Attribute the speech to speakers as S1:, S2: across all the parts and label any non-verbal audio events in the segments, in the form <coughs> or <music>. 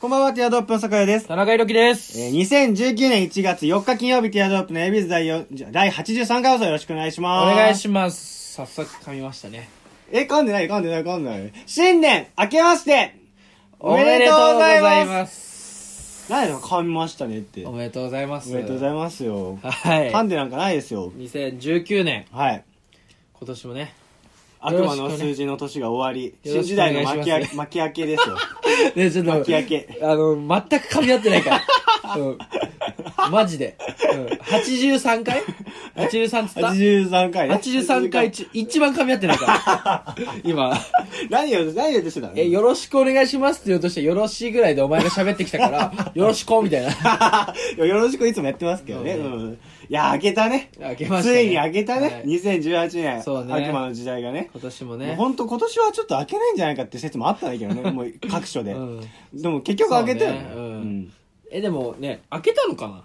S1: こんばんは、ティアドロップの酒井です。
S2: 田中裕樹です。
S1: えー、2019年1月4日金曜日、ティアドロップのエビーズ第4第83回放送よろしくお願いし
S2: お
S1: ます。
S2: 願いします。早速噛みましたね。
S1: え、噛んでない、噛んでない、噛んでない。新年、明けましておめでとうございます。
S2: す。
S1: 何で噛みましたねって。
S2: お
S1: お
S2: めでとうございます。
S1: めでとうございますよ。
S2: ます。はい。
S1: 噛んでなんかないですよ。
S2: 2019年、
S1: はい。
S2: 今年もね。
S1: 悪魔
S2: よ
S1: の
S2: ろしくね
S1: 数字の年が終わり、
S2: よろ
S1: 新時
S2: しくお願
S1: 代
S2: い
S1: の
S2: します
S1: 巻きあ巻き明け <laughs> ですよ。
S2: <laughs> ね、ちょっと、
S1: 巻き明け
S2: あの、全く噛み合ってない
S1: <laughs>
S2: から。うんマジで。うん83回 ?83 つった
S1: 83回ね。
S2: 83回。中、一番噛み合ってな
S1: <laughs>
S2: いから。今。
S1: 何を、何を出してたの
S2: え、よろしくお願いしますって言おうとして、よろしいぐらいでお前が喋ってきたから、よろしこうみたいな。
S1: <laughs> いやよろしくいつもやってますけどね。
S2: うん
S1: うんいや、明けたね。
S2: 明けました
S1: つ
S2: ね
S1: いに明けたね。
S2: はい
S1: 2018年。
S2: そうね
S1: 悪魔の時代がね。
S2: 今年も
S1: もう
S2: ね。
S1: ほんと今年はちょっと明けないんじゃないかって説もあったんだけど
S2: <laughs>
S1: ね。もう各所で。
S2: うん
S1: でも結局明けたよね。
S2: そうねうん
S1: ん
S2: え、でもね、開けたのか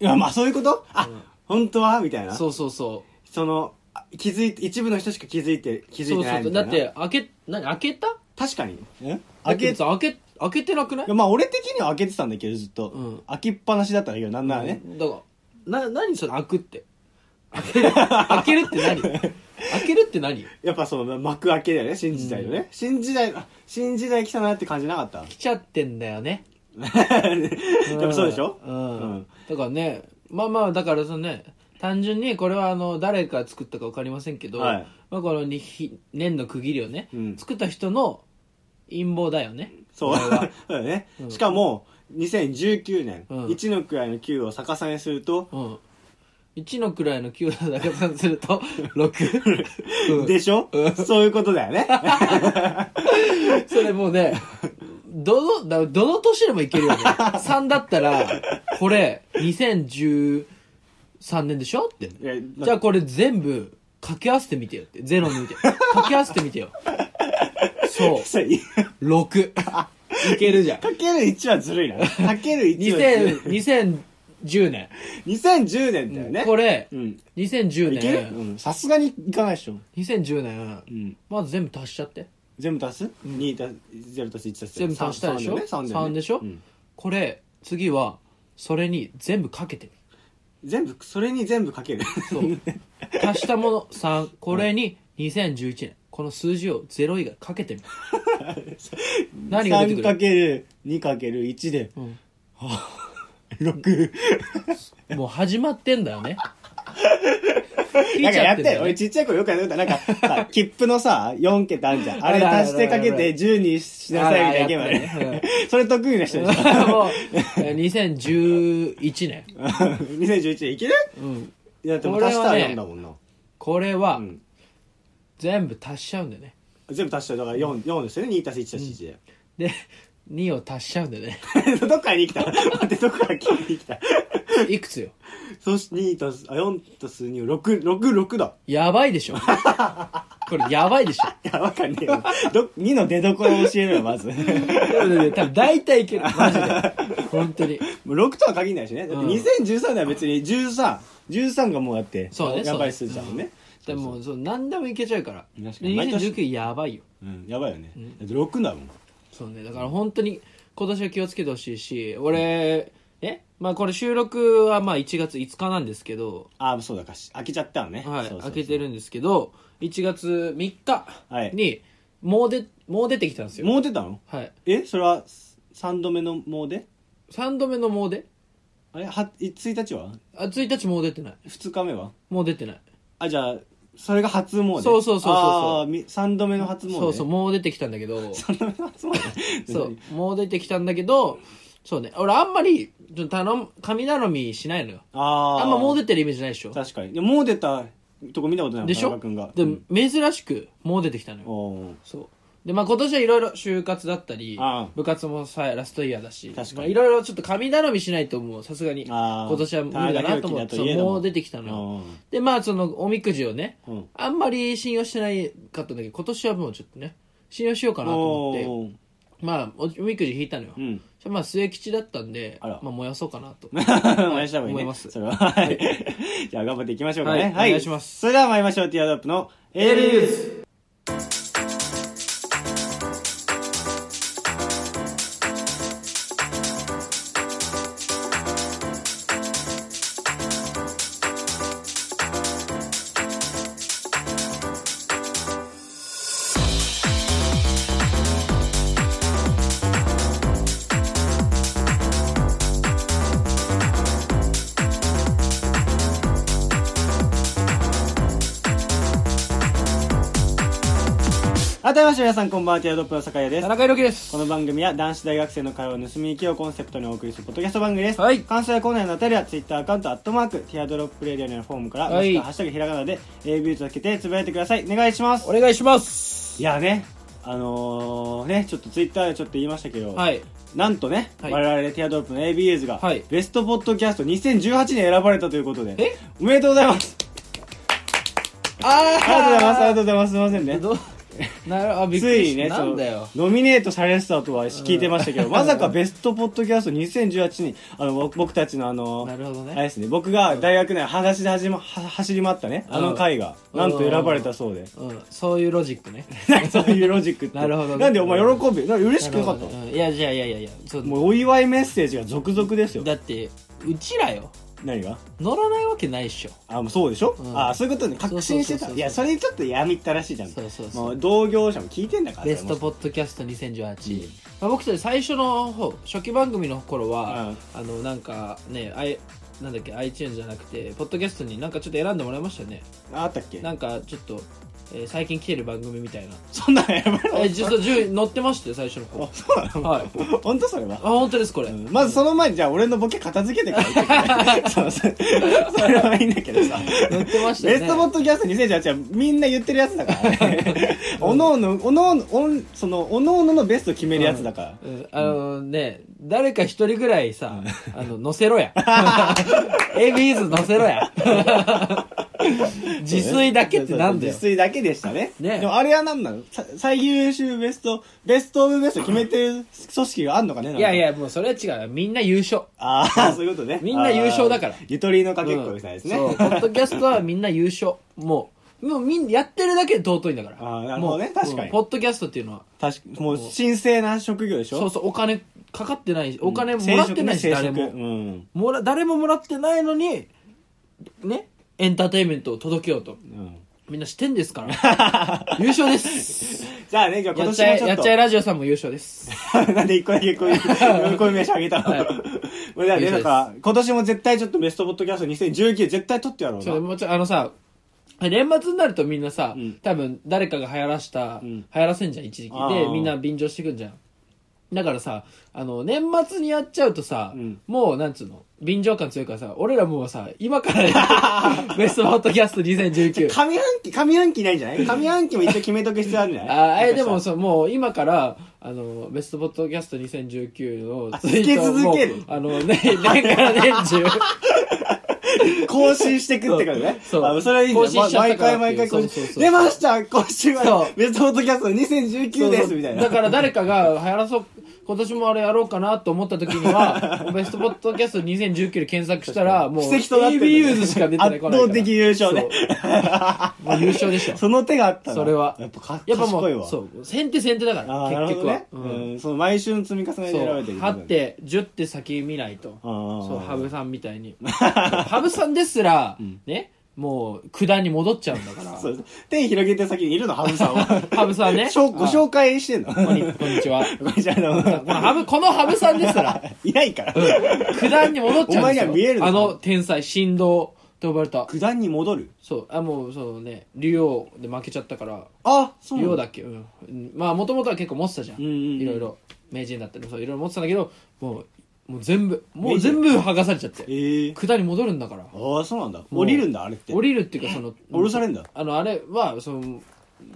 S1: いや、まあそういうことあ、
S2: うん
S1: 本当はみたい
S2: な
S1: な。
S2: そうそうそ
S1: その、あ気づいて、一部の人しか気づいて、気
S2: う。
S1: づい
S2: そう
S1: てな
S2: そ
S1: いうみ
S2: そう。
S1: た
S2: だ
S1: い
S2: っ
S1: な。
S2: て、開け、何開けた
S1: 確かに。ん
S2: 開
S1: 開
S2: け
S1: け、
S2: て、開け、開けてなくない
S1: いやまあ俺的には開けてたんだけど、ずっと。
S2: うん
S1: 開きっぱなしだったんだけど、なんならね。
S2: だから、な、何それ開くって。開
S1: <laughs>
S2: ける、開けるって何開けるって何
S1: やっぱその幕開けだよね、新時代のね。新時代、あ新時代来たなって感じなかった <laughs>
S2: 来ちゃってんだよね。
S1: やっぱそうでしょ
S2: う
S1: うんん。
S2: だからね、まあまあ、だからそのね、単純にこれはあの、誰が作ったかわかりませんけど、
S1: はい
S2: まあこのにひ年の区切りをね、
S1: うん
S2: 作った人の陰謀だよね。
S1: そう。
S2: こ
S1: <laughs> そ
S2: れ
S1: う
S2: は
S1: だね
S2: う。ん
S1: しかも、2019年、
S2: うん
S1: 1の位の9を逆さにすると、
S2: うん。1の位の9の中算すると
S1: <laughs>
S2: 6? うん
S1: でしょ
S2: うん
S1: そういうことだ
S2: <laughs>
S1: よね。
S2: それもうね、どの、だどの年でもいけるよね。3だ <laughs> ったら、これ、2013年でしょって。
S1: いやな
S2: じゃあこれ全部、掛け合わせてみてよって。ゼロ見て。掛け合わせてみ
S1: <laughs>
S2: てよ。そ、
S1: そういう
S2: 6。いけるじゃん。
S1: かける1はずるいな。かける1はずるい。
S2: 2000 2010年。
S1: 2010年だよね。
S2: これ、
S1: うん。
S2: 2010
S1: いける
S2: 年、
S1: うんさすがにいかないでしょ。
S2: 2010年、
S1: うん。
S2: まず全部足しちゃって。
S1: 全部足す ?2 足す、0足す1足す。
S2: 全部足したでしょ
S1: 3,
S2: 三でしょこれ、次は、それに全部かけてみ
S1: 全部、それに全部かける。
S2: そう。足したもの3、これに2011年。この数字を0以外かけて <laughs> みる。 <laughs> 何が出てくる
S1: 3×2×1 で、
S2: ん
S1: 6。
S2: もう始まってんだ <laughs> よね。聞
S1: ないん
S2: ち
S1: か
S2: ゃ
S1: や
S2: っ
S1: って
S2: ん
S1: た
S2: だ
S1: よ。
S2: よ
S1: 俺
S2: ね。
S1: ちっちゃい頃よくやってた。なんか
S2: <laughs>
S1: さ、切符のさ、4桁あるじゃん。あれ
S2: あるある
S1: 足してかけ
S2: あるあ
S1: て
S2: る
S1: 10にしなさいみたいなゲームあ
S2: あるあるやっ
S1: る。それ得意な人でしょ。
S2: <laughs> もう、えー2011年。
S1: 2011年いける
S2: うん。
S1: いや、でも
S2: 俺は
S1: 足
S2: ね
S1: したら4だもんな。
S2: これは
S1: うん、
S2: 全部足しちゃうんだよね。
S1: 全部足したら、だから4、4ですよね。2足す1足す1
S2: で、2を足しちゃうんだよね。 <laughs>
S1: で。どっからに来た待って、どっから急に来た
S2: いくつよ。
S1: そして2足す、あ、4足す2、6、6、6だ。
S2: やばい
S1: <laughs>
S2: でしょ。これやばいでしょ。
S1: いや、わかんねえ
S2: <laughs>
S1: よ。ど、2の出所を教えるよ、まず。
S2: 多分大体いける。マ
S1: <laughs>
S2: ジで。本当に。
S1: もう6とは限らないしね。だって
S2: うん
S1: 2013年は別に13、13がもうだって、
S2: そうね
S1: やばい数字だもんね。
S2: でも、そう、何でもいけちゃうから。
S1: 確かに毎年
S2: 2019やばいよ。
S1: うん、やばいよね。だって6だもん。
S2: そうね。だから本当に、今年は気をつけてほしいし、俺、ね、まあこれ収録はまあ1月5日なんですけど、
S1: ああ、そうだかし、開けちゃったのね。
S2: は
S1: そ
S2: い、
S1: うそうそう
S2: 開けてるんですけど、1月3日に、もうで、もう出てきたんですよ。
S1: もう出たの
S2: はい。
S1: えそれは3度目のもうで
S2: 3度目のもうで
S1: あれは ?1 日は
S2: あ、1日もう出てない。
S1: ?2 日目は
S2: もう出てない。
S1: あ、じゃあ、それが初詣
S2: そうそうそうそうそう
S1: ああ、3度目の初詣
S2: そうそう、もう出てきたんだけど、
S1: 3度目の初詣
S2: そう、もう出てきたんだけど、そうね、俺あんまり、ちょっと頼む、神頼みしないのよ。
S1: ああ。
S2: あんまもう
S1: 出
S2: 出てるイメージないでしょ
S1: 確かに。でもう出たとこ見たことないもん
S2: でし
S1: 田
S2: ょ
S1: 中君が。
S2: で、
S1: うん
S2: 珍しく、もう出てきたのよ。
S1: おー
S2: そう。で、まあ今年はいろいろ就活だったり
S1: ああ、
S2: 部活もさ、ラストイヤーだし、
S1: 確かに
S2: まあいろいろちょっと神頼みしないと思う、さすがに、
S1: ああ
S2: 今年は無理だなと思っ
S1: 田中裕樹だ
S2: て、そ
S1: といえ
S2: う
S1: ども
S2: もう出てきたのよ。
S1: あ
S2: で、まあその、おみくじをね、
S1: ーうん
S2: あんまり信用してないかったんだけど、今年はもうちょっとね、信用しようかなと思って、
S1: おー
S2: まあ、おおみくじ引いたのよ。
S1: <laughs> うん。
S2: じゃあまあ末吉だったんで、
S1: あら
S2: まあ燃やそう
S1: <laughs>
S2: かなと。
S1: 応援した方がいいね。
S2: 思います
S1: それは。はい。 <laughs> じゃあ頑張っていきましょうかね。
S2: はいお願いします
S1: それでは参りましょう。ティアドロップのエールユース。改めまして皆さんこんばんは、ティアドロップの酒屋です
S2: 田。中裕樹です
S1: この番組は男子大学生の会話を盗み聞きをコンセプトにお送りするポッドキャスト番組です。
S2: はい
S1: 関西コーナーのあたりはツイッターアカウント、アットマーク、ティアドロップレディオのフォームから、
S2: は
S1: も
S2: い
S1: しくはハッシュタグひらがなで AB とつけてつぶやいてください。お願いします
S2: お。願いします
S1: いやね、あのー、ね、ちょっとツイッターでちょっと言いましたけど、
S2: はい
S1: なんとね、
S2: はい
S1: 我々ティアドロップの ABS が、
S2: はい
S1: ベストポッドキャスト2018に選ばれたということで、
S2: え
S1: おめでとうございます。
S2: あ
S1: ありがとうございます。ありがと
S2: う
S1: う
S2: <laughs>
S1: ございます。すいませんね。
S2: ございますなるあびっく
S1: つ
S2: り
S1: い
S2: し
S1: に
S2: た
S1: ね、
S2: な
S1: そ
S2: ん
S1: の
S2: だよ
S1: ノミネートされてたとは聞いてましたけど、
S2: うん
S1: まさかベストポッドキャスト2018に、あの、僕僕たちのあの、
S2: なるほどね
S1: あれですね、僕が大学内裸足で走りま、は走り回ったね、あの回が、
S2: うん
S1: なんと選ばれたそうで。 <laughs>
S2: うんそういうロジックね
S1: そういうロジックって。
S2: なるほどね
S1: なんでお前喜び、なんか嬉しくなかった
S2: うんいやいやいやいやいやそう
S1: もうお祝いメッセージが続々ですよ。
S2: だってうちらよ
S1: 何が
S2: 乗らないわけないっしょ
S1: あ、もうそうでしょ
S2: うん
S1: あ、そういうことね。確信してた。
S2: そうそうそうそう
S1: いや、それちょっと闇ったらしいじゃん。
S2: そうそうそう
S1: もう同業者も聞いてんだから
S2: ベストポ
S1: ッ
S2: ッドキャスト2018、
S1: うん
S2: まあ、僕たち最初の方初期番組の頃は、あのなんかねあいなんだっけ iTunes じゃなくてポッドキャストになんかちょっと選んでもらいましたよね
S1: ああったっけ
S2: なんかちょっと、えー最近来てる番組みたいな
S1: そんなのやばい
S2: えー実は10載ってましたよ最初の
S1: あ
S2: 方
S1: そうなの
S2: はい
S1: 本当それは
S2: あ本当ですこれ、
S1: うんまずその前にじゃあ俺のボケ片付けてから
S2: <laughs>
S1: 言ってくれそうそうそれはいいんだけどさ
S2: 載ってました
S1: ベ
S2: よね
S1: ストボットキャスト2018はみんな言ってるやつだ
S2: <laughs>
S1: からねおのおのおのおのおんそのおのおののベスト決めるやつだから、
S2: うんあのね、誰か一人ぐらいさ、あの、乗せ
S1: <laughs>
S2: ろや。エビーズ乗せろや。自炊だけってなんだ
S1: 自。
S2: よ
S1: 炊だけでしたね
S2: ね
S1: でもあれは何なのさ最優秀ベストベストオブベスト決めてる組織があんのかねなんか
S2: いやいや、もうそれは違う。みんな優勝。
S1: ああ <laughs> そういうことね
S2: みんな優勝だから
S1: あーゆとりのかけっこみたいですね、 <laughs>
S2: うんそう、ポッドキャストはみんな優勝。もう、もうみんやってるだけで尊いんだから。
S1: あーなるほどね
S2: もう
S1: 確かに
S2: うんポッドキャストっていうのは、
S1: 確かもう神聖な職業でしょ
S2: そうそう、お金かかってないし、お金もらってないし、
S1: うん
S2: 誰も
S1: う。ん
S2: もら、誰ももらってないのに、ね、エンターテインメントを届けようと。
S1: うん
S2: みんな知ってんですから。
S1: <laughs>
S2: 優勝です。
S1: じゃあね、じゃあ今
S2: や
S1: 年
S2: っちゃ
S1: も
S2: え、
S1: ちょ
S2: や
S1: っ
S2: っちゃえ
S1: と。
S2: ラジオさんも優勝です。
S1: <laughs> なんで一個だけこう
S2: <laughs>
S1: いう、こういう名刺あげたの。
S2: はい
S1: <laughs> もうじゃあ
S2: いいで
S1: ね、だ
S2: す
S1: から、今年も絶対ちょっとベストポッドキャスト2019絶対取ってやろう
S2: ちょっと
S1: な。
S2: もうちょ、あのさ、年末になるとみんなさ、
S1: うん
S2: 多分誰かが流行らした、
S1: ん
S2: 流行らせんじゃん、一時期
S1: あ。
S2: で、
S1: ー
S2: みんな便乗してくんじゃん。だからさ、あの、年末にやっちゃうとさ、
S1: うん
S2: もう、なんつうの、便乗感強いからさ、俺らもうさ、今から <laughs> やるベストポッドキャスト2019。
S1: <laughs> 上半期、上半期ないんじゃ <laughs> ない上半期も一応決めとく必要あるんじゃない
S2: あーえでも
S1: そ
S2: そうもう今からあのベストポッドキャスト2019のツイートを
S1: つけ続ける
S2: もうあの、ね、 <laughs> 年から年中
S1: 更新してくってからね。
S2: そう
S1: あそれはいいん
S2: 更
S1: だ
S2: 新
S1: よ。
S2: しちゃった
S1: 毎
S2: から
S1: 回毎回更
S2: そうそうそう
S1: 新。出ました今週
S2: そ
S1: は
S2: う
S1: ベストポッドキャスト2019ですみたい
S2: だ
S1: な。
S2: から誰かが流行らそう今年もあれやろうかなと思った時
S1: <laughs>
S2: にはベストポッドキャスト2019で検索したらもう
S1: 奇跡となってる
S2: AB ユーズしか出てない
S1: 圧倒的優勝ね。
S2: もう優勝
S1: <laughs>
S2: でしょ
S1: その手があったな
S2: それは
S1: やっぱか
S2: やっぱも
S1: 賢いうわ。
S2: そう先手先手だか
S1: ああ、な
S2: ら
S1: る
S2: 結
S1: ほ
S2: 局
S1: ど
S2: は、
S1: ね。
S2: う
S1: うんん、その毎週の積み重ねで
S2: そ
S1: 選ばれ
S2: う
S1: てる。
S2: 8手10手先見ないと
S1: ああ
S2: そう羽生さんみたいに <laughs> そう羽生さんですら、ねもう九段に戻っちゃうんだから
S1: そうです手広げてる先にいるの、ハブさ <laughs> んは。
S2: 羽生さんね
S1: しょうご
S2: あ
S1: 紹介してんの。 <laughs>
S2: こんにこんにちは <laughs>
S1: ごめんじゃあ <laughs> の
S2: この羽生この羽生さんですら
S1: いないから。
S2: 九段に戻っちゃうんですよ
S1: お前には見えるの
S2: あの天才振動と呼ばれた
S1: 九段に戻る。
S2: そうあもうそうね竜王で負けちゃったから
S1: あ、そ
S2: 竜
S1: う
S2: 王
S1: だ。
S2: だっけうんうんまあもともとは結構持ってたじゃ
S1: う
S2: ん,、
S1: んうんうん
S2: いろいろ名人だったりもそういろいろ持ってたんだけどもうもう全部も
S1: 名
S2: う
S1: 人
S2: 全部剥がされちゃって
S1: ええ。
S2: 九段に戻るんだから
S1: ああ、そうなんだ。降りるんだ、あれって。
S2: 降りるっていうかその
S1: 降ろされんだ。
S2: あのあれはその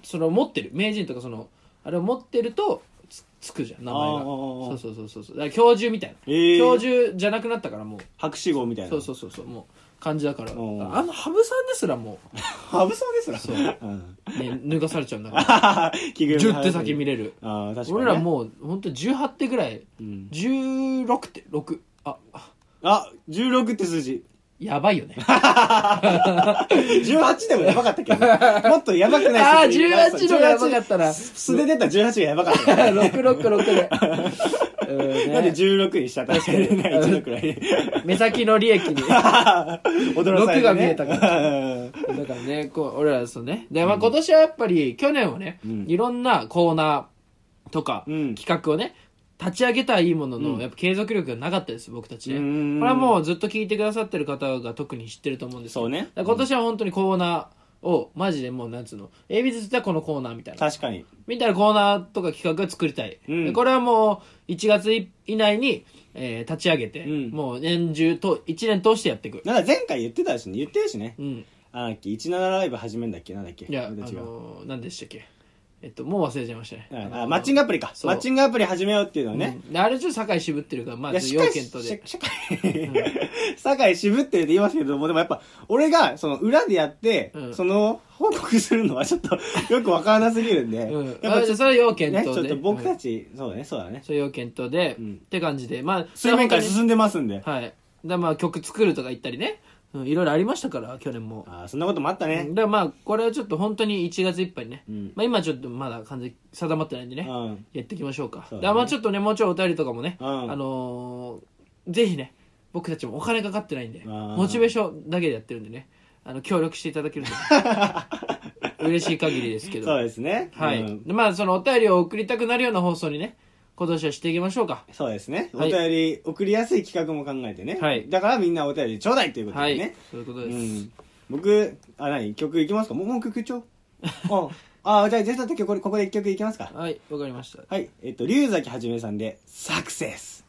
S2: それを持ってる名人とかそのあれを持ってるとつつくじゃん名前
S1: あ
S2: が
S1: ーあーあ
S2: そ
S1: ー
S2: うそうそうそうそうだから教授みたいな、
S1: えー
S2: 教授じゃなくなったからもう
S1: 白紙号みたいな。
S2: そうそうそうそうもう感じだからあ
S1: おー
S2: の羽生さんですらも
S1: ハブさんですら。
S2: そう
S1: うん。 <laughs>
S2: う、ね、脱がされちゃうんだから
S1: 着ぐるみ
S2: 10手先見れる
S1: ああ、確かにね。
S2: 俺らもう本当18手ぐらい
S1: うん。
S2: 16手6あ
S1: あ、16って数字。
S2: やば
S1: <laughs>
S2: いよね
S1: 18でもやばかったけど。もっとやばく
S2: ああ
S1: ない数字
S2: 18のがやばかったな
S1: 素で出た18がやばかった。
S2: 666 <laughs> で、うん
S1: なんで
S2: ね、
S1: 16にしちゃった確かに。1のくらいに。
S2: 目先の利益に
S1: <laughs> 驚されてね。
S2: 6が見えたか
S1: うん
S2: だからね、こう、俺らそうね。で、まあ今年はやっぱり、去年はね、
S1: うん
S2: いろんなコーナーとか、
S1: うん
S2: 企画をね、立ち上げたはいいものの、
S1: うん
S2: やっぱ継続力がなかったです、僕たち
S1: う
S2: ね。
S1: ん
S2: これはもうずっと聞いてくださってる方が特に知ってると思うんですけど
S1: そうね
S2: だから今年は本当にコーナー、を、マジでもう、なんつうの、エビズだこのコーナーみたいな。
S1: 確かに。
S2: みたいなコーナーとか企画を作りたい。
S1: うん
S2: でこれはもう、1月以内に、えー立ち上げて、
S1: うん
S2: もう年中と、1年通してやっていく。
S1: なんか前回言ってたし、言ってるしね
S2: う。ん。
S1: あなんだっけ、17ライブ始めんだっけなんだっけ
S2: いや、あ
S1: 俺
S2: の
S1: たちは
S2: ー、何でしたっけえっと、もう忘れちゃいましたね。
S1: はい
S2: のー
S1: あマッチングアプリか。
S2: そう
S1: マッチングアプリ始めようっていうのはね。
S2: うんであれちょっと堺渋ってるから、ま
S1: いや、
S2: ず
S1: し
S2: 要
S1: かし
S2: 件と、
S1: し
S2: で。
S1: 社会、 <laughs> 社会渋ってるって言いますけども、でもやっぱ、俺が、その、裏でやって、
S2: うん
S1: その、報告するのはちょっと、よくわからなすぎるんで、
S2: うん。
S1: やっぱ
S2: あ
S1: ちょ
S2: じゃあ
S1: っ
S2: それは要
S1: と、
S2: 件
S1: ね、
S2: と
S1: ち
S2: で。
S1: ょっと僕
S2: う
S1: た
S2: ん
S1: ち、そうだね、そうだね。
S2: それ要件とで、
S1: うん
S2: って感じで。まあ、
S1: 水面から
S2: む。
S1: 進んでますんで。
S2: はい。だからまあ、曲作るとか言ったりね。うん、いろいろありましたから、去年も。
S1: あーそんなこともあった
S2: う
S1: ね
S2: ん。だからまあ、これはちょっと本当に1月いっぱいにね。
S1: うん
S2: まあ今ちょっとまだ完全に定まってないんでね。
S1: うん。
S2: やっていきましょうか。
S1: そうだね
S2: だからまあちょっとね、もうちょいお便りとかもね、
S1: うん
S2: あのーぜひね、僕たちもお金かかってないんで、
S1: うん
S2: モチベーションだけでやってるんでね、あの、協力していただける
S1: <laughs>
S2: と嬉しい限りですけど。
S1: そうですね。
S2: はい、
S1: うん
S2: でまあそのお便りを送りたくなるような放送にね、今年はしていきましょうか。
S1: そうですね。お
S2: はい
S1: 便り、送りやすい企画も考えてね。
S2: はい
S1: だからみんなお便りちょうだいということ
S2: は
S1: で
S2: い、
S1: ね。
S2: そういうこ
S1: う
S2: とです。
S1: ん、僕あ何曲いきますかもうもう曲ちょ <laughs> うんあじゃあじゃあちょっとこれここで一曲いきますか
S2: はい、わかりました。
S1: はいえっと龍崎はじめさんで「サクセス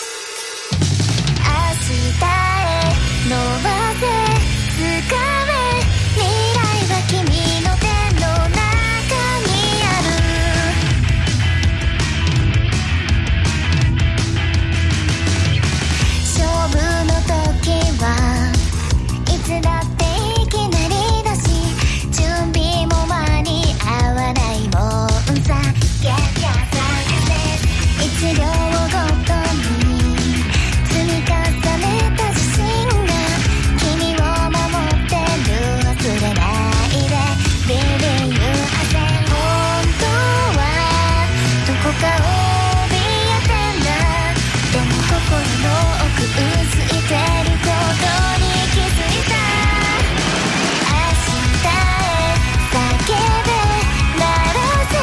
S3: 明日へ伸ばせ掴め未来は君の手の中にある勝負の時はいつだっていきなりだし準備も間に合わないもんさ Yeah, yeah, 探せ一秒ごとに積み重ねた自信が君を守ってる忘れないで Baby you are saying 本当はどこか怯えてんだでも心の奥うついてることに気づいた明日へ叫べ鳴らせ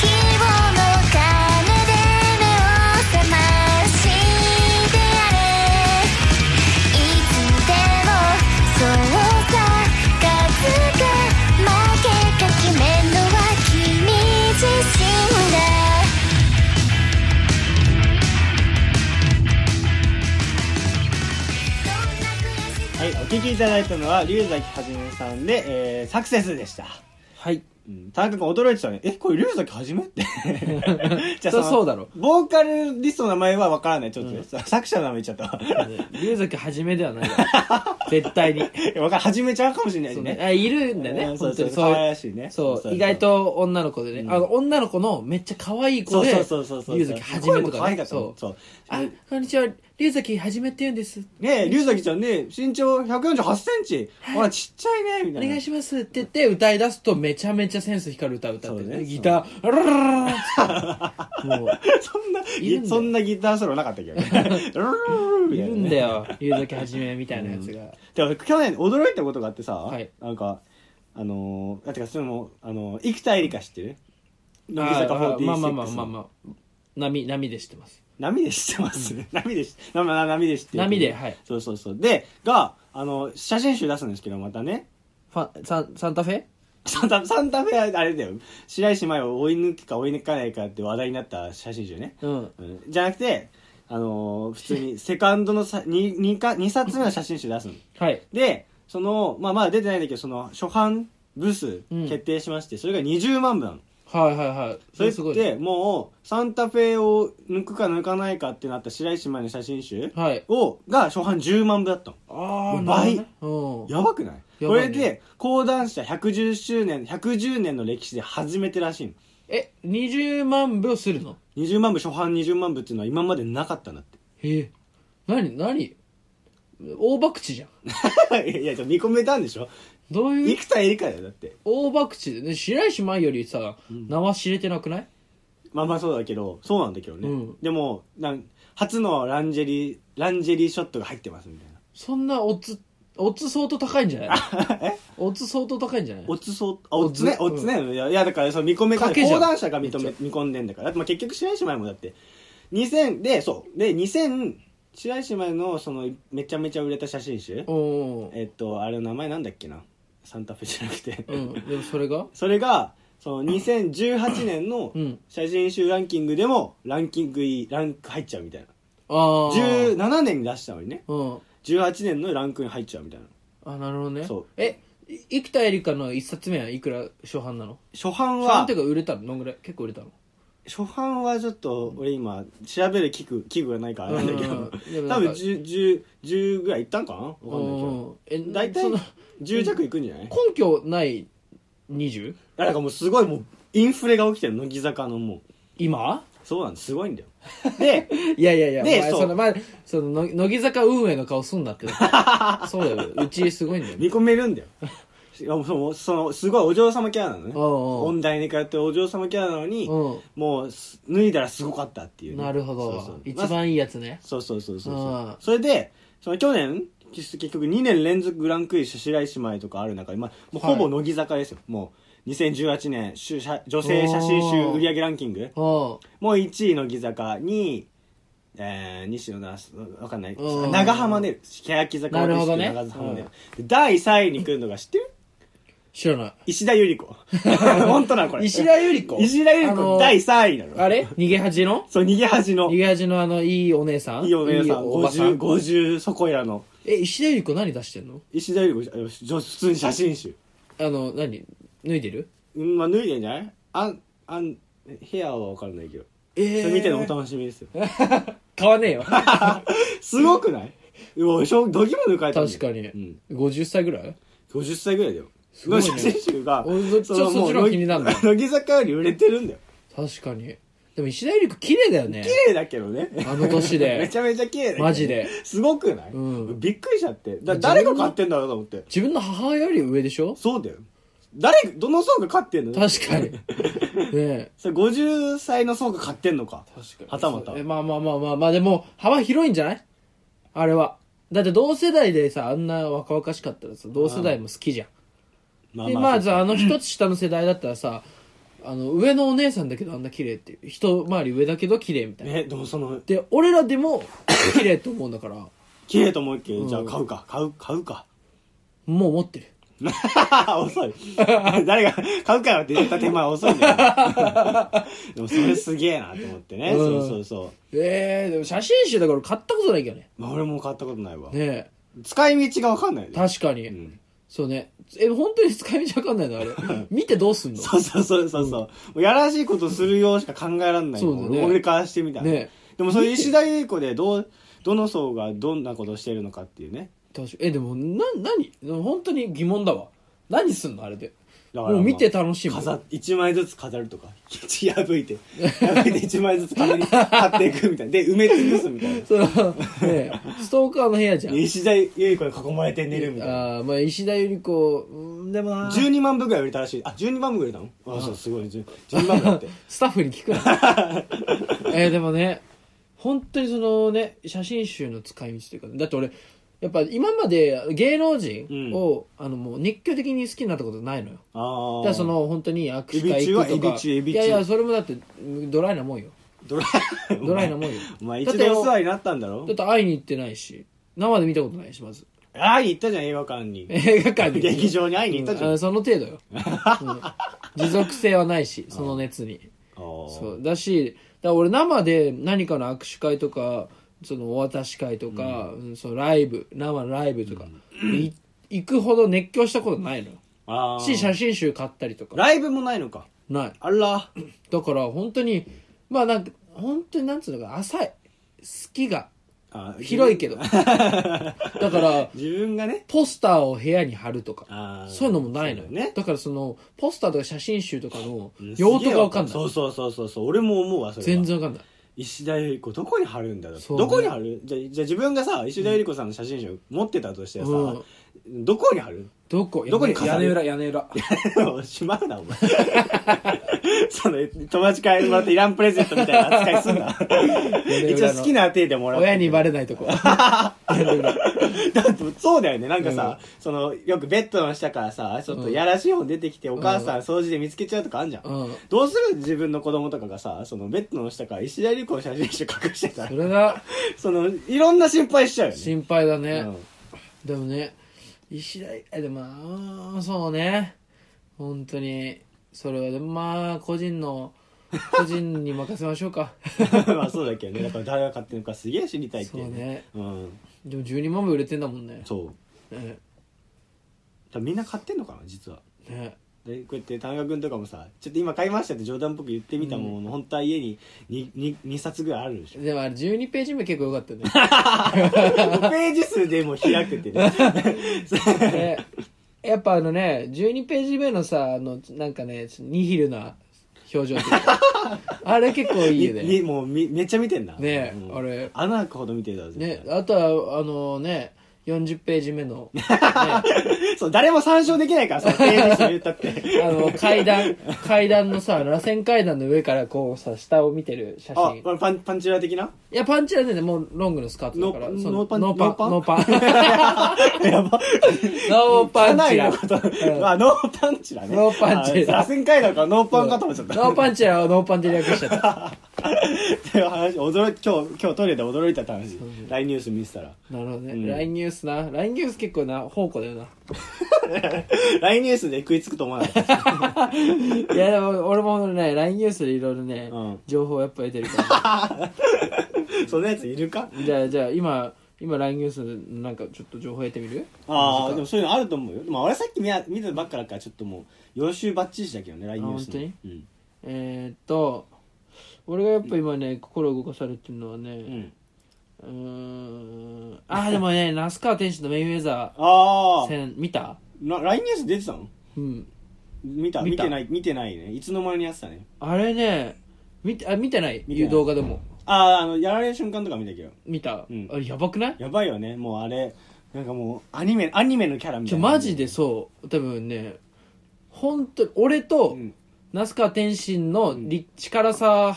S3: 君の想い希望の鐘で目を覚ましてやれいつでもそうさ数が負けか決めるのは君自身だ
S1: は
S3: どんな悔し」
S1: いお聴きいただいたのは龍崎はじめさんで、えーサクセス」でした、
S2: はい。
S1: うん、田中君驚いてたねえこれ龍崎はじめって <laughs> じ
S2: そりゃ
S1: の
S2: そうだろ
S1: ボーカルリストの名前は分からないちょっとね、作者の名前言っちゃったわ
S2: 龍崎はじめではな
S1: <laughs>
S2: いから絶対に。
S1: 分 <laughs> からんはじめちゃうかもしれない
S2: そ
S1: し
S2: うね
S1: ね、
S2: あいるんだよ
S1: う
S2: ね、
S1: んそ
S2: 本
S1: う
S2: 当
S1: そう
S2: にそう
S1: 可愛らしいねそう
S2: そ
S1: そう
S2: う、意外と女の子でね、あの、女の子のめっちゃ可愛い子
S1: そう
S2: で、
S1: そうそうそうそう
S2: 龍崎はじ
S1: 声
S2: めと
S1: も
S2: か
S1: 可愛
S2: ね、
S1: かったもん
S2: そう。
S1: そう
S2: あ、こんにちは、龍崎はじめって言うんです。
S1: ねえ、龍崎ちゃんね、身長148センチ。ほら、ちっちゃいね、み
S2: お
S1: たいな。
S2: 願いしますって言って歌い出すとめちゃめちゃセンス光る歌を歌って
S1: そうね
S2: ね、ギター、ラララララってもう、
S1: <laughs> そんな、
S2: いるんだよ
S1: そんなギターソロなかったけど
S2: <laughs>
S1: ね。い
S2: いるんだ。よ、龍崎はじめみたいなやつが。
S1: でも、去年驚いたことがあってさ、
S2: はい
S1: なんか、あのー、あてか、それも、あのー、生田絵梨花知ってる乃木坂
S2: あ
S1: 46。
S2: まあまあまあまあまあ、波、波で知ってます。
S1: 波で知ってます、波で知って、まあまあ波で知ってる
S2: 波ではい。
S1: そうそうそう。で、が、あの、写真集出すんですけど、またね。 <laughs>
S2: ファン、サン、サンタフェ
S1: サンタ、サンタフェはあれだよ。白石麻衣を追い抜くか追い抜かないかって話題になった写真集ね。
S2: うん。
S1: うんじゃなくて、あのー普通に
S2: <laughs>
S1: セカンドのさ 2, 2, か2冊目の写真集出すの。
S2: はい。
S1: で、その、まあまだ出てないんだけど、その初版部数
S2: うん
S1: 決定しまして、それが20万部なの。
S2: はいはいはい。
S1: それって、もう、サンタフェを抜くか抜かないかってなった白石麻衣の写真集
S2: はい。
S1: を、が初版10万部だったの。
S2: ああ、
S1: 倍
S2: なるほどね
S1: やばくない
S2: や
S1: こ
S2: ば
S1: れ
S2: いね
S1: で、講談社110周年、110年の歴史で初めてらしいの。
S2: うん。え、20万部するの
S1: 20万部、初版20万部っていうのは今までなかったん
S2: <laughs>
S1: だって。
S2: へえ。なになに大博打じゃん。
S1: いやいや、じゃあ見込めたんでしょ
S2: どういう
S1: 生田絵梨花だよ、だって。
S2: 大博打で、ね、白石麻衣よりさ、名は知れてなくない
S1: まあまあそうだけどそうなんだけどね、
S2: うん
S1: でもなん初のランジェリーランジェリーショットが入ってますみたいな
S2: そんなオッズ、オッズ相当高いんじゃない
S1: <laughs>
S2: オッズ相当高いんじゃない
S1: おつそうおつね
S2: お
S1: お
S2: つ
S1: つね、いやいやだからその見込め
S2: 賭けじゃ
S1: 講
S2: ん
S1: 談社が認
S2: め
S1: め
S2: っ
S1: 見込んでんだからだってまあ結局白石麻衣もだって2000でそうで2000白石麻衣のそのめちゃめちゃ売れた写真集
S2: おー
S1: えっとあれの名前なんだっけなサンタフェじゃなくて、
S2: うんでもそれが
S1: それがその2018年の
S2: うん
S1: 写真集ランキングでもランキングいいランク入っちゃうみたいな
S2: ああ
S1: 17年に出したのにね
S2: うん
S1: 18年のランクに入っちゃうみたいな
S2: あなるほどね
S1: そう
S2: えい生田絵梨花の一冊目はいくら初版なの
S1: 初版
S2: 初版
S1: は
S2: っていうか売れたのどんぐらい結構売れたの
S1: 初版はちょっと俺今調べる器具器具がないからあれなんだけ
S2: うん
S1: ど
S2: でもな
S1: 多
S2: んか
S1: 分 10, 10, 10ぐらいいったんかなわかんないけど
S2: うんうんえ
S1: 大体
S2: その
S1: 10弱いくんじゃないい
S2: 根拠ない 20?
S1: やなんかもうすごいもうインフレが起きてる乃木坂のもう
S2: 今
S1: そうなんですすごいんだよ
S2: <laughs>
S1: で
S2: いやいやいや、
S1: で
S2: お前
S1: そう
S2: そのまあ、その、の乃木坂運営の顔すんなって。 <laughs> そうだよ、うちすご <laughs> いんだよ。
S1: 見込めるんだよいやもうそのそのすごいお嬢様キャラなのね
S2: おうおう
S1: 音大に通ってるお嬢様キャラなのに
S2: うん
S1: もうす脱いだらすごかったっていうね、
S2: なるほど。
S1: そうそう
S2: 一
S1: まあ
S2: 番いいやつね。
S1: そうそうそうそう
S2: あ
S1: そ
S2: あ
S1: うそれでその去年結結局2年連続グランクイーン白石麻衣とかある中で、まあ、もう
S2: はい
S1: ほぼ乃木坂ですよ、もう2018年主写女性写真集売り上げランキング
S2: うん。
S1: もう1位乃木坂2位えー、西野なわかんない
S2: うん
S1: 長浜ね欅坂
S2: なるほどね
S1: 長浜ね、で第3位に来るのが知ってる
S2: 知らない。
S1: 石田ゆり
S2: <laughs>
S1: 子本当なのこれ
S2: 石田ゆり子
S1: 石田ゆり
S2: あの
S1: 子第3位なの
S2: あれ逃げ恥の
S1: そう逃げ恥の
S2: 逃げ恥のあの、いいお姉さん
S1: いいお姉さん、
S2: おばさ
S1: 50、
S2: ん。
S1: 50そこいらの。
S2: え、石田ゆり子何出してんの
S1: 石田ゆり子、あのじょ普通に写真集。
S2: あの、何脱いでる
S1: うん、まあ、脱いでんじゃないあん、あん、ヘアはわからないけど。
S2: え
S1: それ見てのお楽しみですよ。
S2: 買わね <laughs> えよ。
S1: すごくないうわ、しょ、どぎも抜かれたんだよ
S2: 確かに
S1: うん。
S2: 50歳ぐらい
S1: 50歳ぐらいだよ。
S2: すごいね
S1: の写真集が、
S2: 俺そっち
S1: の
S2: そっちの方が気になるんだ
S1: 乃木乃 <laughs> 木坂より売れてるんだよ。
S2: 確かに。でも石田ゆり子綺麗だよね
S1: 綺。麗だけどね。
S2: あの年で <laughs>
S1: めちゃめちゃ綺麗だけど
S2: マジで。
S1: すごくない
S2: うん
S1: びっくりしちゃって。だ誰が買ってんだろうと思って。
S2: 自分の母親より上でしょ
S1: そうだよ。誰、どの層が買ってんの
S2: 確かに。ねえ。
S1: それ50歳の層が買ってんのか。はたまた。
S2: えまあまあまあまあまあ、でも、幅広いんじゃないあれは。だって同世代でさ、あんな若々しかったらさ、同世代も好きじゃん。
S1: ま
S2: で、まあ、
S1: そう
S2: じゃあ、あの一つ下の世代だったらさ、あの、上のお姉さんだけどあんな綺麗っていう。一回り上だけど綺麗みたいな。
S1: ね、でもその、
S2: で、俺らでも <coughs> 綺麗と思うんだから、
S1: 綺麗と思いっきり、
S2: ん
S1: じゃあ買うか、買う、買うか。 <laughs>
S2: もう持ってる。
S1: 遅い。 <laughs> 誰が、買うかよって言った手前遅いんだよ。 <laughs> でもそれすげえなと思ってね。
S2: うん
S1: そうそうそ
S2: ええでも写真集だから買ったことないけどね。
S1: う。まあ俺も買ったことないわ。
S2: ね
S1: 使い道がわかんない
S2: え。
S1: ね。
S2: 確かに。
S1: ん
S2: そうね。え、本当に使い道わかんないのあれ。見てどうすんの
S1: そうそうそうそう。そうもうやらしいことするようしか考えられない
S2: そうだね
S1: 俺からしてみたら。
S2: ね
S1: でもそれ石田ゆり子でどう、どの層がどんなことしてるのかっていうね。
S2: 確かえでもな何でも本当に疑問だわ何すんのあれで
S1: だから
S2: もう見て楽しむ
S1: 飾っ1枚ずつ飾るとか <laughs> 破いて破いて1枚ずつ紙に貼っていくみたいなで埋め尽くすみたいな
S2: そのねストーカーの部屋じゃん
S1: で石田ゆり子に囲まれて寝るみたいな
S2: あーまあ石田ゆり子うんでもな
S1: 12万部ぐらい売れたらしいあ12万部売れたのあそうすごい10 12万部
S2: <laughs>
S1: だって
S2: スタッフに聞くな
S1: <laughs>
S2: えーでもね本当にそのね写真集の使い道というかだって俺やっぱ今まで芸能人を、あのもう熱狂的に好きになったことないのよ
S1: ああ
S2: だからその本当に握手会行くと
S1: エビ中エ
S2: か
S1: ビ中エビ
S2: い
S1: 中
S2: やいやそれもだってドライなもんよ
S1: ドライ
S2: ドライなもんよ
S1: <laughs> お前
S2: だっ
S1: 一
S2: て
S1: 度お世話になったんだろ
S2: だって会いに行ってないし生で見たことないしまず
S1: ああ行ったじゃん映画館に
S2: 映画館に
S1: <laughs> 劇場に会いに行ったじゃん
S2: うんあその程度よ、うん持続性はな
S1: <laughs>
S2: いしその熱に
S1: そ
S2: そうだしだから俺生で何かの握手会とかそのお渡し会とか、うんそのライブ生のライブとか、い行くほど熱狂したことないのよ
S1: ああ
S2: し写真集買ったりとか
S1: ライブもないのか
S2: ない
S1: あら
S2: だから本当にまあなんか本当になんつうのか浅い好きが
S1: あ
S2: 広
S1: <laughs>
S2: いけどだから
S1: 自分がね
S2: ポスターを部屋に貼るとか
S1: あー
S2: そういうのもないのよ
S1: そうだよね
S2: だからそのポスターとか写真集とかの
S1: うん
S2: 用途が分かんな
S1: そ
S2: いう
S1: そうそうそうそう俺も思うわそれは
S2: 全然分かんない
S1: 石田ゆり子どこに貼るんだよ、
S2: そうね
S1: どこに貼るじゃじゃあ自分がさ石田ゆり子さんの写真集持ってたとしてさ、
S2: うん
S1: どこに貼る <laughs>
S2: どこ
S1: どこに飾る
S2: 屋根裏屋根裏
S1: しまうなお前 <laughs> その友達からもらっていらんプレゼントみたいな扱いすんな
S2: 根
S1: 一
S2: 裏の
S1: 応好きな手でもらって
S2: 親にバレないとこ屋根裏
S1: だって <laughs> そうだよねなんかさ、そのよくベッドの下からさちょっとやらしい方出てきてお母さん掃除で見つけちゃうとかあんじゃん、
S2: うん
S1: どうする自分の子供とかがさそのベッドの下から石田ゆり子の写真集隠してたら
S2: それが
S1: そのいろんな心配しちゃうよね
S2: 心配だね、
S1: うん
S2: でもね石田えでもまあうーんそうね本当にそれはでもまあ個人の個人に任せましょう <laughs> か
S1: <laughs> まあそうだけどねだから誰が買ってるのかすげえ知りたいって
S2: そう
S1: いう
S2: ね
S1: うん
S2: でも12万部売れてんだもんね
S1: そう
S2: ね
S1: 多分みんな買ってんのかな実は
S2: ね
S1: でこうやって田中君とかもさちょっと今買いましたって冗談っぽく言ってみたものの、本当は家に 2, 2, 2冊ぐらいあるでしょ
S2: でもあれ12ページ目結構良かったね
S1: 5ページ数でもう開けてね
S2: <laughs> でやっぱあのね12ページ目のさあのなんかねニヒルな表情っていう <laughs> かあれ結構 <laughs> いいよ
S1: <laughs> みみ
S2: ね
S1: もうみめっちゃ見てんな
S2: ね
S1: うん
S2: あれ
S1: 穴開くほど見てたぜ、
S2: ねあとはあのね40ページ目の、ね、あ
S1: そう誰も参照できないからさページ数言ったって
S2: <laughs> の階段階段のさ螺旋階段の上からこうさ下を見てる写
S1: あ
S2: 真
S1: これパンパンチラ的
S2: <laughs>
S1: ない
S2: やパンチラでねもうロングのスカートだから
S1: ノー
S2: その
S1: ノーパン
S2: ノーパンノ
S1: ノ
S2: ー
S1: <laughs>
S2: パン
S1: やば
S2: ノーパン
S1: かな
S2: チ
S1: り
S2: ラ
S1: のこと、あノーパンチラね
S2: ノーパンチラ
S1: あ螺旋階段からノーパンかと思っちゃった
S2: ノーパンチラをノーパンで略しちゃった
S1: <laughs> っていう話驚き今日今日トイレで驚いたって話 LINE ニュース見てたら <laughs>
S2: なるほどね、
S1: うん
S2: LINE ニュースな LINE ニュース結構な宝庫だよな
S1: LINE ニュースで食いつくと思わなか
S2: <laughs>
S1: った
S2: いやでも俺もね LINE ニュースでいろいろね、
S1: うん
S2: 情報をやっぱ得てるか
S1: そんなやついるから
S2: じゃあじゃあ今今 LINE ニュースでなんかちょっと情報得てみる
S1: ああ
S2: マ
S1: で
S2: ジ
S1: も
S2: か
S1: そういうのあると思うよでも俺さっき見や見てたばっかだからちょっともう予習ばっちりだけどね LINE ニュースの
S2: あ本
S1: うん
S2: えー、っと俺がやっぱ今ね、心動かされてるのは
S1: う
S2: ね
S1: ん、
S2: うーんあーでもね那須川天心とメインウェザ
S1: あ
S2: ー戦見た
S1: あ LINE ニュース出てたの
S2: うん
S1: 見た
S2: 見
S1: 見
S2: た
S1: てない見てないねいつの間にやってたね
S2: あれね見てあ見てない
S1: 見てない
S2: 動画でも
S1: あああのやられる瞬間とか見たけど
S2: 見た、
S1: うん
S2: あれやばくない
S1: やばいよねもうあれなんかもうアニメアニメのキャラみ
S2: ち
S1: た
S2: ょ
S1: いな
S2: マジでそう多分ね本当に俺と
S1: うん
S2: 那須川天心のり力差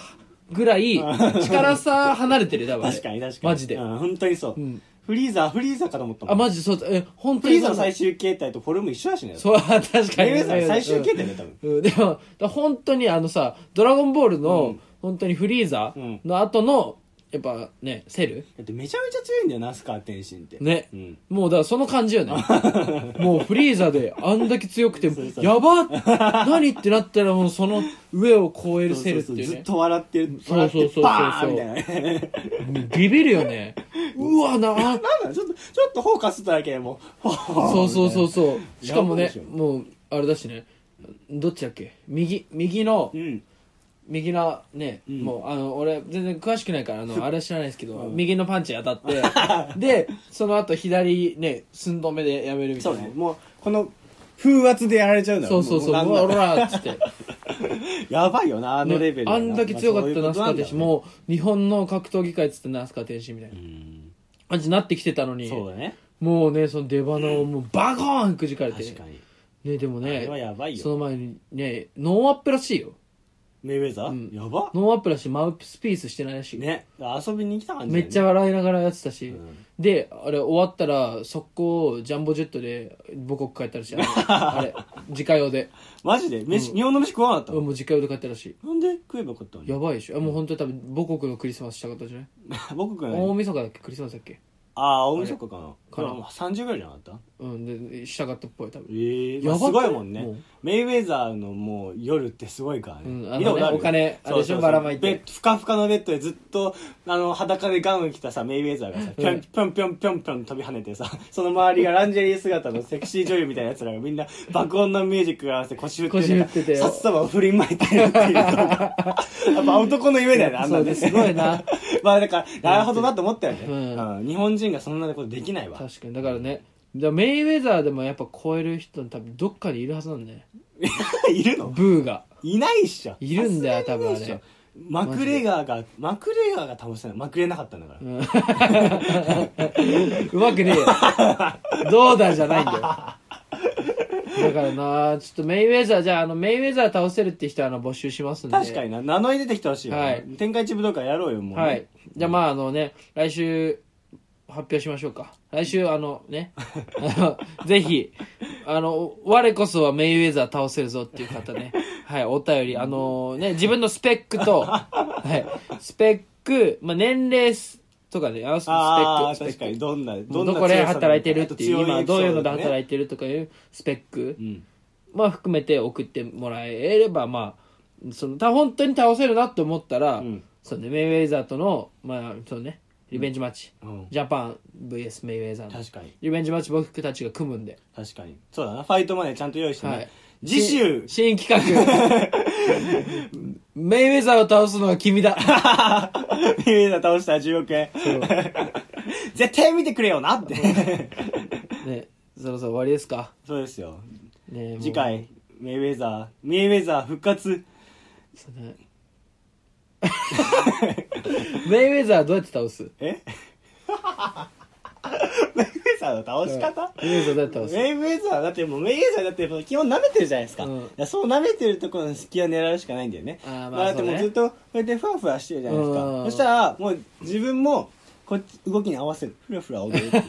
S2: ぐらい力差離れてるだわ
S1: 確かに確かに
S2: マジで
S1: うん本当にそう、
S2: うん
S1: フリーザーフリーザーかと思ったもん
S2: あマジそうえ本
S1: フ
S2: 当に
S1: リーザーの最終形態とフォルム一緒だしね
S2: <laughs> そう確かに
S1: メイウェザーの最終形態ね多分
S2: うんうんでもだから本当にあのさ「ドラゴンボール」
S1: う
S2: の
S1: ん
S2: 本当にフリーザ
S1: うん
S2: の後のやっぱねセル
S1: だってめちゃめちゃ強いんだよナスカー天心って
S2: ね
S1: うん
S2: もうだからその感じ
S1: <laughs>
S2: よねもうフリーザであんだけ強くて
S1: そうそう
S2: やばっ何ってなったらもうその上を超えるセルって
S1: そうそう
S2: いう
S1: ず
S2: ね
S1: っと笑ってる
S2: そう
S1: 笑っ
S2: そうそう
S1: て
S2: そう
S1: パーンみ <laughs> たいなね
S2: ビビるよねうわな
S1: なんだろうちょっとちょっとフォーカスしただけでもう
S2: そうそうそう
S1: う
S2: そうしかも
S1: やば
S2: ね
S1: いでしょ
S2: もうあれだしねどっちだっけ右右の
S1: うん
S2: 右のね、
S1: ん
S2: もうあの俺全然詳しくないからあのあれは知らないですけど、右のパンチ当た
S1: <laughs>
S2: ってでその後左ね寸止めでやめるみた
S1: そ
S2: いうな
S1: ねもうこの風圧でやられちゃうんだ
S2: そうそうそううわ
S1: も
S2: お
S1: うなんだ
S2: らーっつって
S1: やばいよ <laughs> なあのレベル
S2: ね
S1: は
S2: あ
S1: な、
S2: んだけ強かった
S1: ま
S2: 那
S1: あ
S2: 須川
S1: そう
S2: 天心、
S1: いうこ
S2: もう日本の格闘技界っつって那須川天心みたいな
S1: となんだ
S2: 感じになってきてたの
S1: うん
S2: に
S1: そうだね
S2: もうねその出花をもうバコーンくじかれて
S1: 確かに
S2: ねでも
S1: あ
S2: ね
S1: れはやばいよ
S2: その前にねノーアップらしいよ
S1: メイウェザー、
S2: うん
S1: やば
S2: ノーアップらしいマウスピースしてないらしい、
S1: ね遊びに来た感じだ
S2: め
S1: よね
S2: っちゃ笑いながらやってたし、
S1: ん
S2: であれ終わったら速攻ジャンボジェットで母国帰ったらしい
S1: <laughs>
S2: あれあれ自家用で
S1: マジで飯、日本の飯食わなかったの、
S2: もう自家用で帰ったらし
S1: なんで食えばよかったの
S2: いや
S1: に
S2: ばいでしょもう本当に多分母国のクリスマスしたかったじゃない、
S1: <laughs> 僕くん
S2: 大
S1: あ
S2: 晦日だっけクリスマスだっけ
S1: あー大晦日かな
S2: かな
S1: まあ30ぐらいじゃなかった
S2: うんでしたかったっぽい多分
S1: ええ
S2: やばくない
S1: すごいもん
S2: も
S1: ね
S2: う
S1: メイウェザーのもう夜ってすごいからね、
S2: うんあのね
S1: 見たことある
S2: お金あれでしょばらまいて
S1: ベッドふかふかのベッドでずっとあの裸でガウン着たさメイウェザーがさぴょんぴょんぴょんぴょんぴょん飛び跳ねてさ <laughs> その周りがランジェリー姿のセクシー女優みたいなやつらがみんな爆音のミュージックが合わせて腰振って
S2: 腰振ってて
S1: さっさを振りまいてるって
S2: <laughs>
S1: いうやっぱ男の夢だよねあんな
S2: そうねすごいな
S1: <laughs> まあだからなるほどなと思ったよね、
S2: うん
S1: うん日本人がそんなことできないわ
S2: 確かにだからねだからメイウェザーでもやっぱ超える人多分どっかにいるはずなんだよね
S1: <laughs> いるの
S2: ブーが
S1: いないっしょ
S2: いるんだよ多分あ
S1: さすがにいないっ
S2: れ
S1: しょマクレガーがマクレガーが倒せないマクレなかったんだから、
S2: うんうまくねえよ。どうだじゃないんだよ。だからな、ちょっとメイウェザー、じゃあ、あの、メイウェザー倒せるって人は、あの、募集しますんで。
S1: 確かにな名乗り出てきてほしいよ、
S2: はい
S1: 展開一部どうかやろうよもうね、
S2: はい。じゃあ、まあ、あのね、来週、発表しましょうか。来週、あのね、 <laughs> あの、ぜひ、あの、我こそはメイウェザー倒せるぞっていう方ね、はい、お便り、あのね、自分のスペックと、はい、スペック、まあ、年齢、とかね、合わせ
S1: ああ
S2: スペ
S1: 確
S2: ック、スペ
S1: かに
S2: ック。
S1: どんなど
S2: ど
S1: んな
S2: こで働いてるっていう、今どういうので
S1: い
S2: 働いてるとかいうスペック
S1: て、うん
S2: まあ含めて送ってもらえれば、まあ、その、た本当に倒せるなって思ったら、
S1: うん
S2: そうね、メイウェイザーとの、まあ、そうね、リベンジマッチ。
S1: うん
S2: ジャパン VS メイウェイザーの
S1: 確かに
S2: リベンジマッチ僕たちが組むんで。
S1: 確かにそうだなファイトまでちゃんと用意してね、
S2: はい
S1: 次週
S2: 新新
S1: <laughs>
S2: 企画。メイウェザーを倒すのは君だ。
S1: ビビー倒したら10億円
S2: そう
S1: <laughs> 絶対見てくれよなって
S2: ね、そろそろ終わりですか。
S1: そうですよ
S2: ね、もう
S1: 次。回メイウェザーメイウェザー復活
S2: そうね <laughs> メイウェザーどうやって倒す
S1: えメイウェザーの倒し方
S2: メイウェザーどうやって倒す
S1: メイウェザーだってもうメイウェザーだってもう基本舐めてるじゃないですか,、
S2: うん
S1: だからそう舐めてるところの隙を狙うしかないんだよね
S2: あーまあ
S1: だってもう
S2: そ
S1: ず
S2: う
S1: っ
S2: ね
S1: とこうやってふわふわしてるじゃないですか、
S2: うん
S1: そしたらもう自分もこっち動きに合わせるふらふら踊る
S2: <laughs>
S1: っていう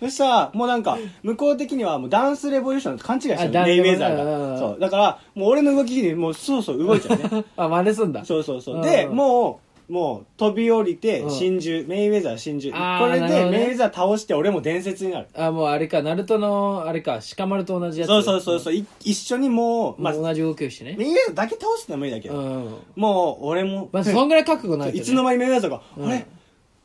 S1: そしたらもうなんか向こう的にはもうダンスレボリューションと勘違いして
S2: あ
S1: る
S2: ダン
S1: メ
S2: レボ
S1: イウェザー
S2: うんうんう
S1: が
S2: ん
S1: そうだからもう俺の動きにもうそうそう動いちゃうね
S2: <laughs> あ、真似すんだ。
S1: そうそうそううんでもうもう飛び降りて
S2: うん
S1: 真珠、メイウェザー真珠
S2: あ
S1: こ
S2: ー
S1: れ
S2: なるほ
S1: で
S2: どね
S1: メイウェザー倒して俺も伝説になる
S2: あ、もうあれか、ナルトの、あれか、鹿丸と同じやつ。
S1: そうそうそうそうい一緒にもう、
S2: ま
S1: ま
S2: あ、
S1: あ、
S2: 同じ動きをしてね。
S1: メイウェザーだけ倒してのは無理だけど、
S2: うん。
S1: もう俺も、
S2: まあ、そんぐらい覚悟ないと、
S1: <laughs>
S2: ね。
S1: いつの間にメイウェザーが、
S2: うん
S1: あれ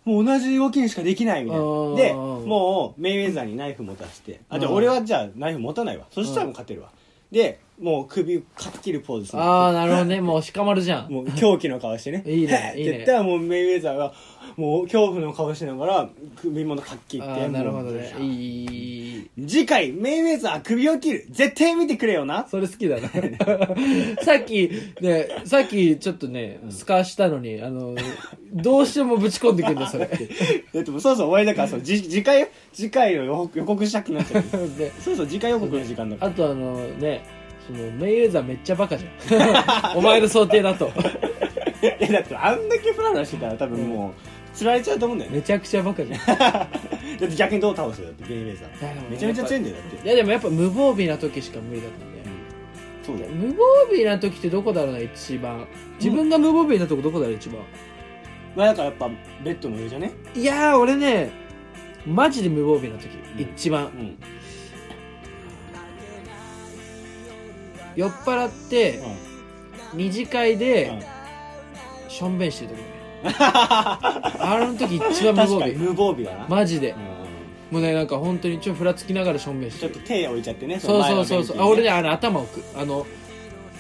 S1: もう同じ動きにしかできないみたいな
S2: うん
S1: でもうメイウェザーにナイフ持たしてあじゃあ
S2: うん
S1: 俺はじゃあナイフ持たないわそしたらもう勝てるわ、でもう首をかっきるポーズする
S2: ああ、なるほどね。もう鹿丸じ <laughs> ゃん。
S1: もう狂気の顔してね
S2: いいね
S1: <laughs> へっ
S2: いいね
S1: って言ったらもうメイウェザーがもう恐怖の顔しながら首元かっきっ
S2: あ
S1: て
S2: ーなるほどね
S1: も。う
S2: いいいいいい。
S1: 次回メイウェザー首を切る絶対見てくれよな
S2: それ好きだ
S1: <laughs>
S2: な。 <laughs> さっき、ね、さっきちょっとね、スカしたのに、あの、どうしてもぶち込んでくんだよ、そ
S1: <laughs>
S2: れ。
S1: だってもうそうそう終わりだからそうじ次回次回を予告予告したくなっちゃう <laughs>
S2: で
S1: そうそう次回予告の時間だから
S2: あとあのね、その、メイウェザーめっちゃバカじゃん。 <laughs> お前の想定だと。
S1: いやだってあんだけフラフラしてたら多分もう釣られちゃうと思うんだよね
S2: めちゃくちゃバカじゃん。い
S1: だって逆にどう倒すよだってゲイメイザ
S2: いやでも
S1: ー <laughs> め
S2: ね
S1: ちゃめちゃ強いんだよだって
S2: やでもやっぱ無防備な時しか無理だったんだよ。
S1: そうだよ
S2: 無防備な時ってどこだろうな、一番。自分が無防備なとこどこだろう、一番。
S1: まあだからやっぱベッドの上じゃね
S2: いやー、俺ね、マジで無防備な時。
S1: ん
S2: 一番
S1: う。ん
S2: 酔っ払って、二次会で、しょんべんして
S1: <laughs>
S2: る時だねあの時一番無
S1: 確
S2: 防
S1: かに
S2: 備
S1: 無防備だな
S2: マジで
S1: う、ん
S2: もうねなんか本当にちょっとふらつきながらしょんべんし
S1: ちょ
S2: て
S1: っ
S2: る
S1: と手置いちゃってね
S2: そうそうそうそうあ俺ね
S1: だ
S2: あの頭置くあの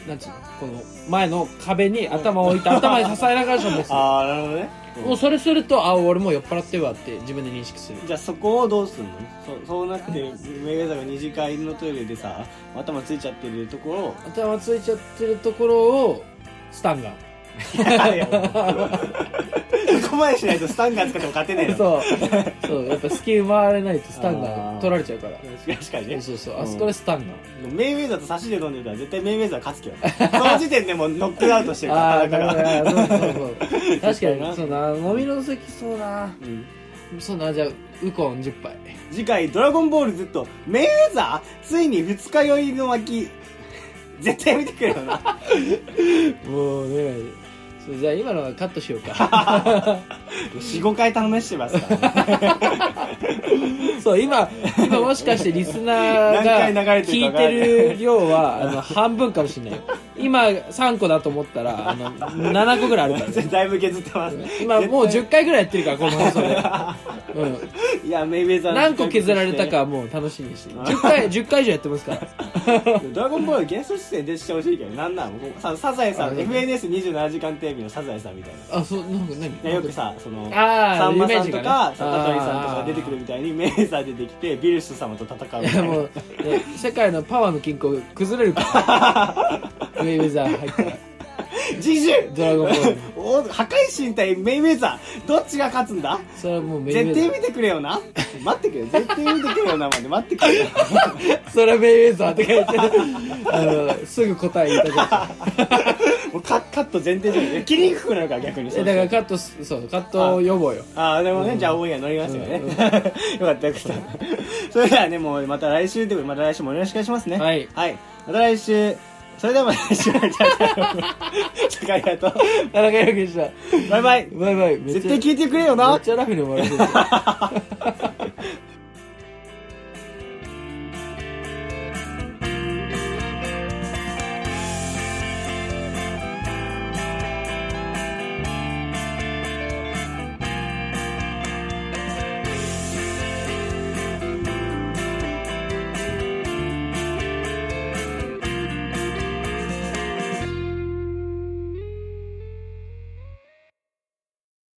S2: なんつうのこの前の壁に頭を <laughs> 置いて頭で支えながらしょんべんする
S1: ああなるほどね
S2: もうそれするとあ俺もう酔っ払ってるわって自分で認識する
S1: じゃあそこをどうすんのそうそうなってメイウェザーが二次会のトイレでさ頭ついちゃってるところ
S2: <laughs>
S1: を
S2: 頭ついちゃってるところをスタンガン
S1: いやそこまでしないとスタンガン使っても勝てねえよ
S2: <laughs> そうそうやっぱスキン回れないとスタンガン取られちゃうから
S1: 確かにね
S2: そうそうあそこでスタンガン
S1: メイウェザーと差しで飲んでるから絶対メイウェザー勝つけどその時点でもうノックアウトしてるか
S2: あ
S1: ら田中
S2: あ
S1: が
S2: なるほどね <laughs> そうそうそう確か
S1: そうな
S2: にそうな飲みの席そうな
S1: うん
S2: そうなじゃあウコン10杯
S1: 次回「ドラゴンボール Z」メイウェザーついに二日酔いの巻絶対見てくれよ
S2: <laughs>
S1: な
S2: もうねそうじゃあ今のはカットしようか
S1: 45回頼めしてますから、ね、
S2: <laughs> そう今今もしかしてリスナー
S1: 何回流
S2: が
S1: れてる
S2: 聞
S1: か分
S2: い
S1: かんない
S2: てる量はあの半分かもしれないよ今3個だと思ったらあの7個ぐらいあるから
S1: <laughs>
S2: ね
S1: だいぶ削ってますね
S2: 今もう
S1: 絶
S2: 10回ぐらいやってるからこの放送で、 <laughs> うん、
S1: 対いやメイウェザーの
S2: 何個削られたかはもう楽しみにして10回10回以上やってますから
S1: ドラゴンボールゲスト出演でしてほしいけどなんなんもうさサザエさん
S2: あそう
S1: FNS27 時間テレビのサザエさんみたいな
S2: あそうなんか何
S1: いやよくさその
S2: あー
S1: さんまさん
S2: イメージが
S1: と
S2: ね
S1: かさ香取さんとかが出てくるみたいにメイウェザー出てきてビルス様と戦うみ
S2: い
S1: た
S2: や
S1: いな
S2: もう、ね、世界のパワーの均衡崩れる <laughs> から。ウェイウェザー入ったら。
S1: 次週
S2: ドラゴンボー
S1: <laughs>
S2: ル
S1: お破壊神対メイウェザーどっちが勝つんだ
S2: それはもうメイウ
S1: 絶
S2: ェザ
S1: 対
S2: ー。
S1: 見てくれよな待ってくれよ絶対見てくれよなまで待ってくれ
S2: <laughs>
S1: よ
S2: それはメイウェザーって書いてある。あの、すぐ答えいただいた。
S1: もうカカット前提じゃない切りにくくなるから逆に
S2: えだからカットす、そう、カットを呼ぼうよ。
S1: ああでもね、じゃあオンエア乗りますよね、
S2: うん
S1: <laughs> よかったよかったそれではねもうまた来週でもまた来週もよろしくお願いしますね
S2: はい
S1: また来週それではまた来
S2: <laughs>
S1: 週お会 <laughs> いしましょう高井と
S2: 田中裕樹でした
S1: バイバイ
S2: バイバイめっちゃ
S1: 絶対聞いてくれよな
S2: めっちゃラフに終わる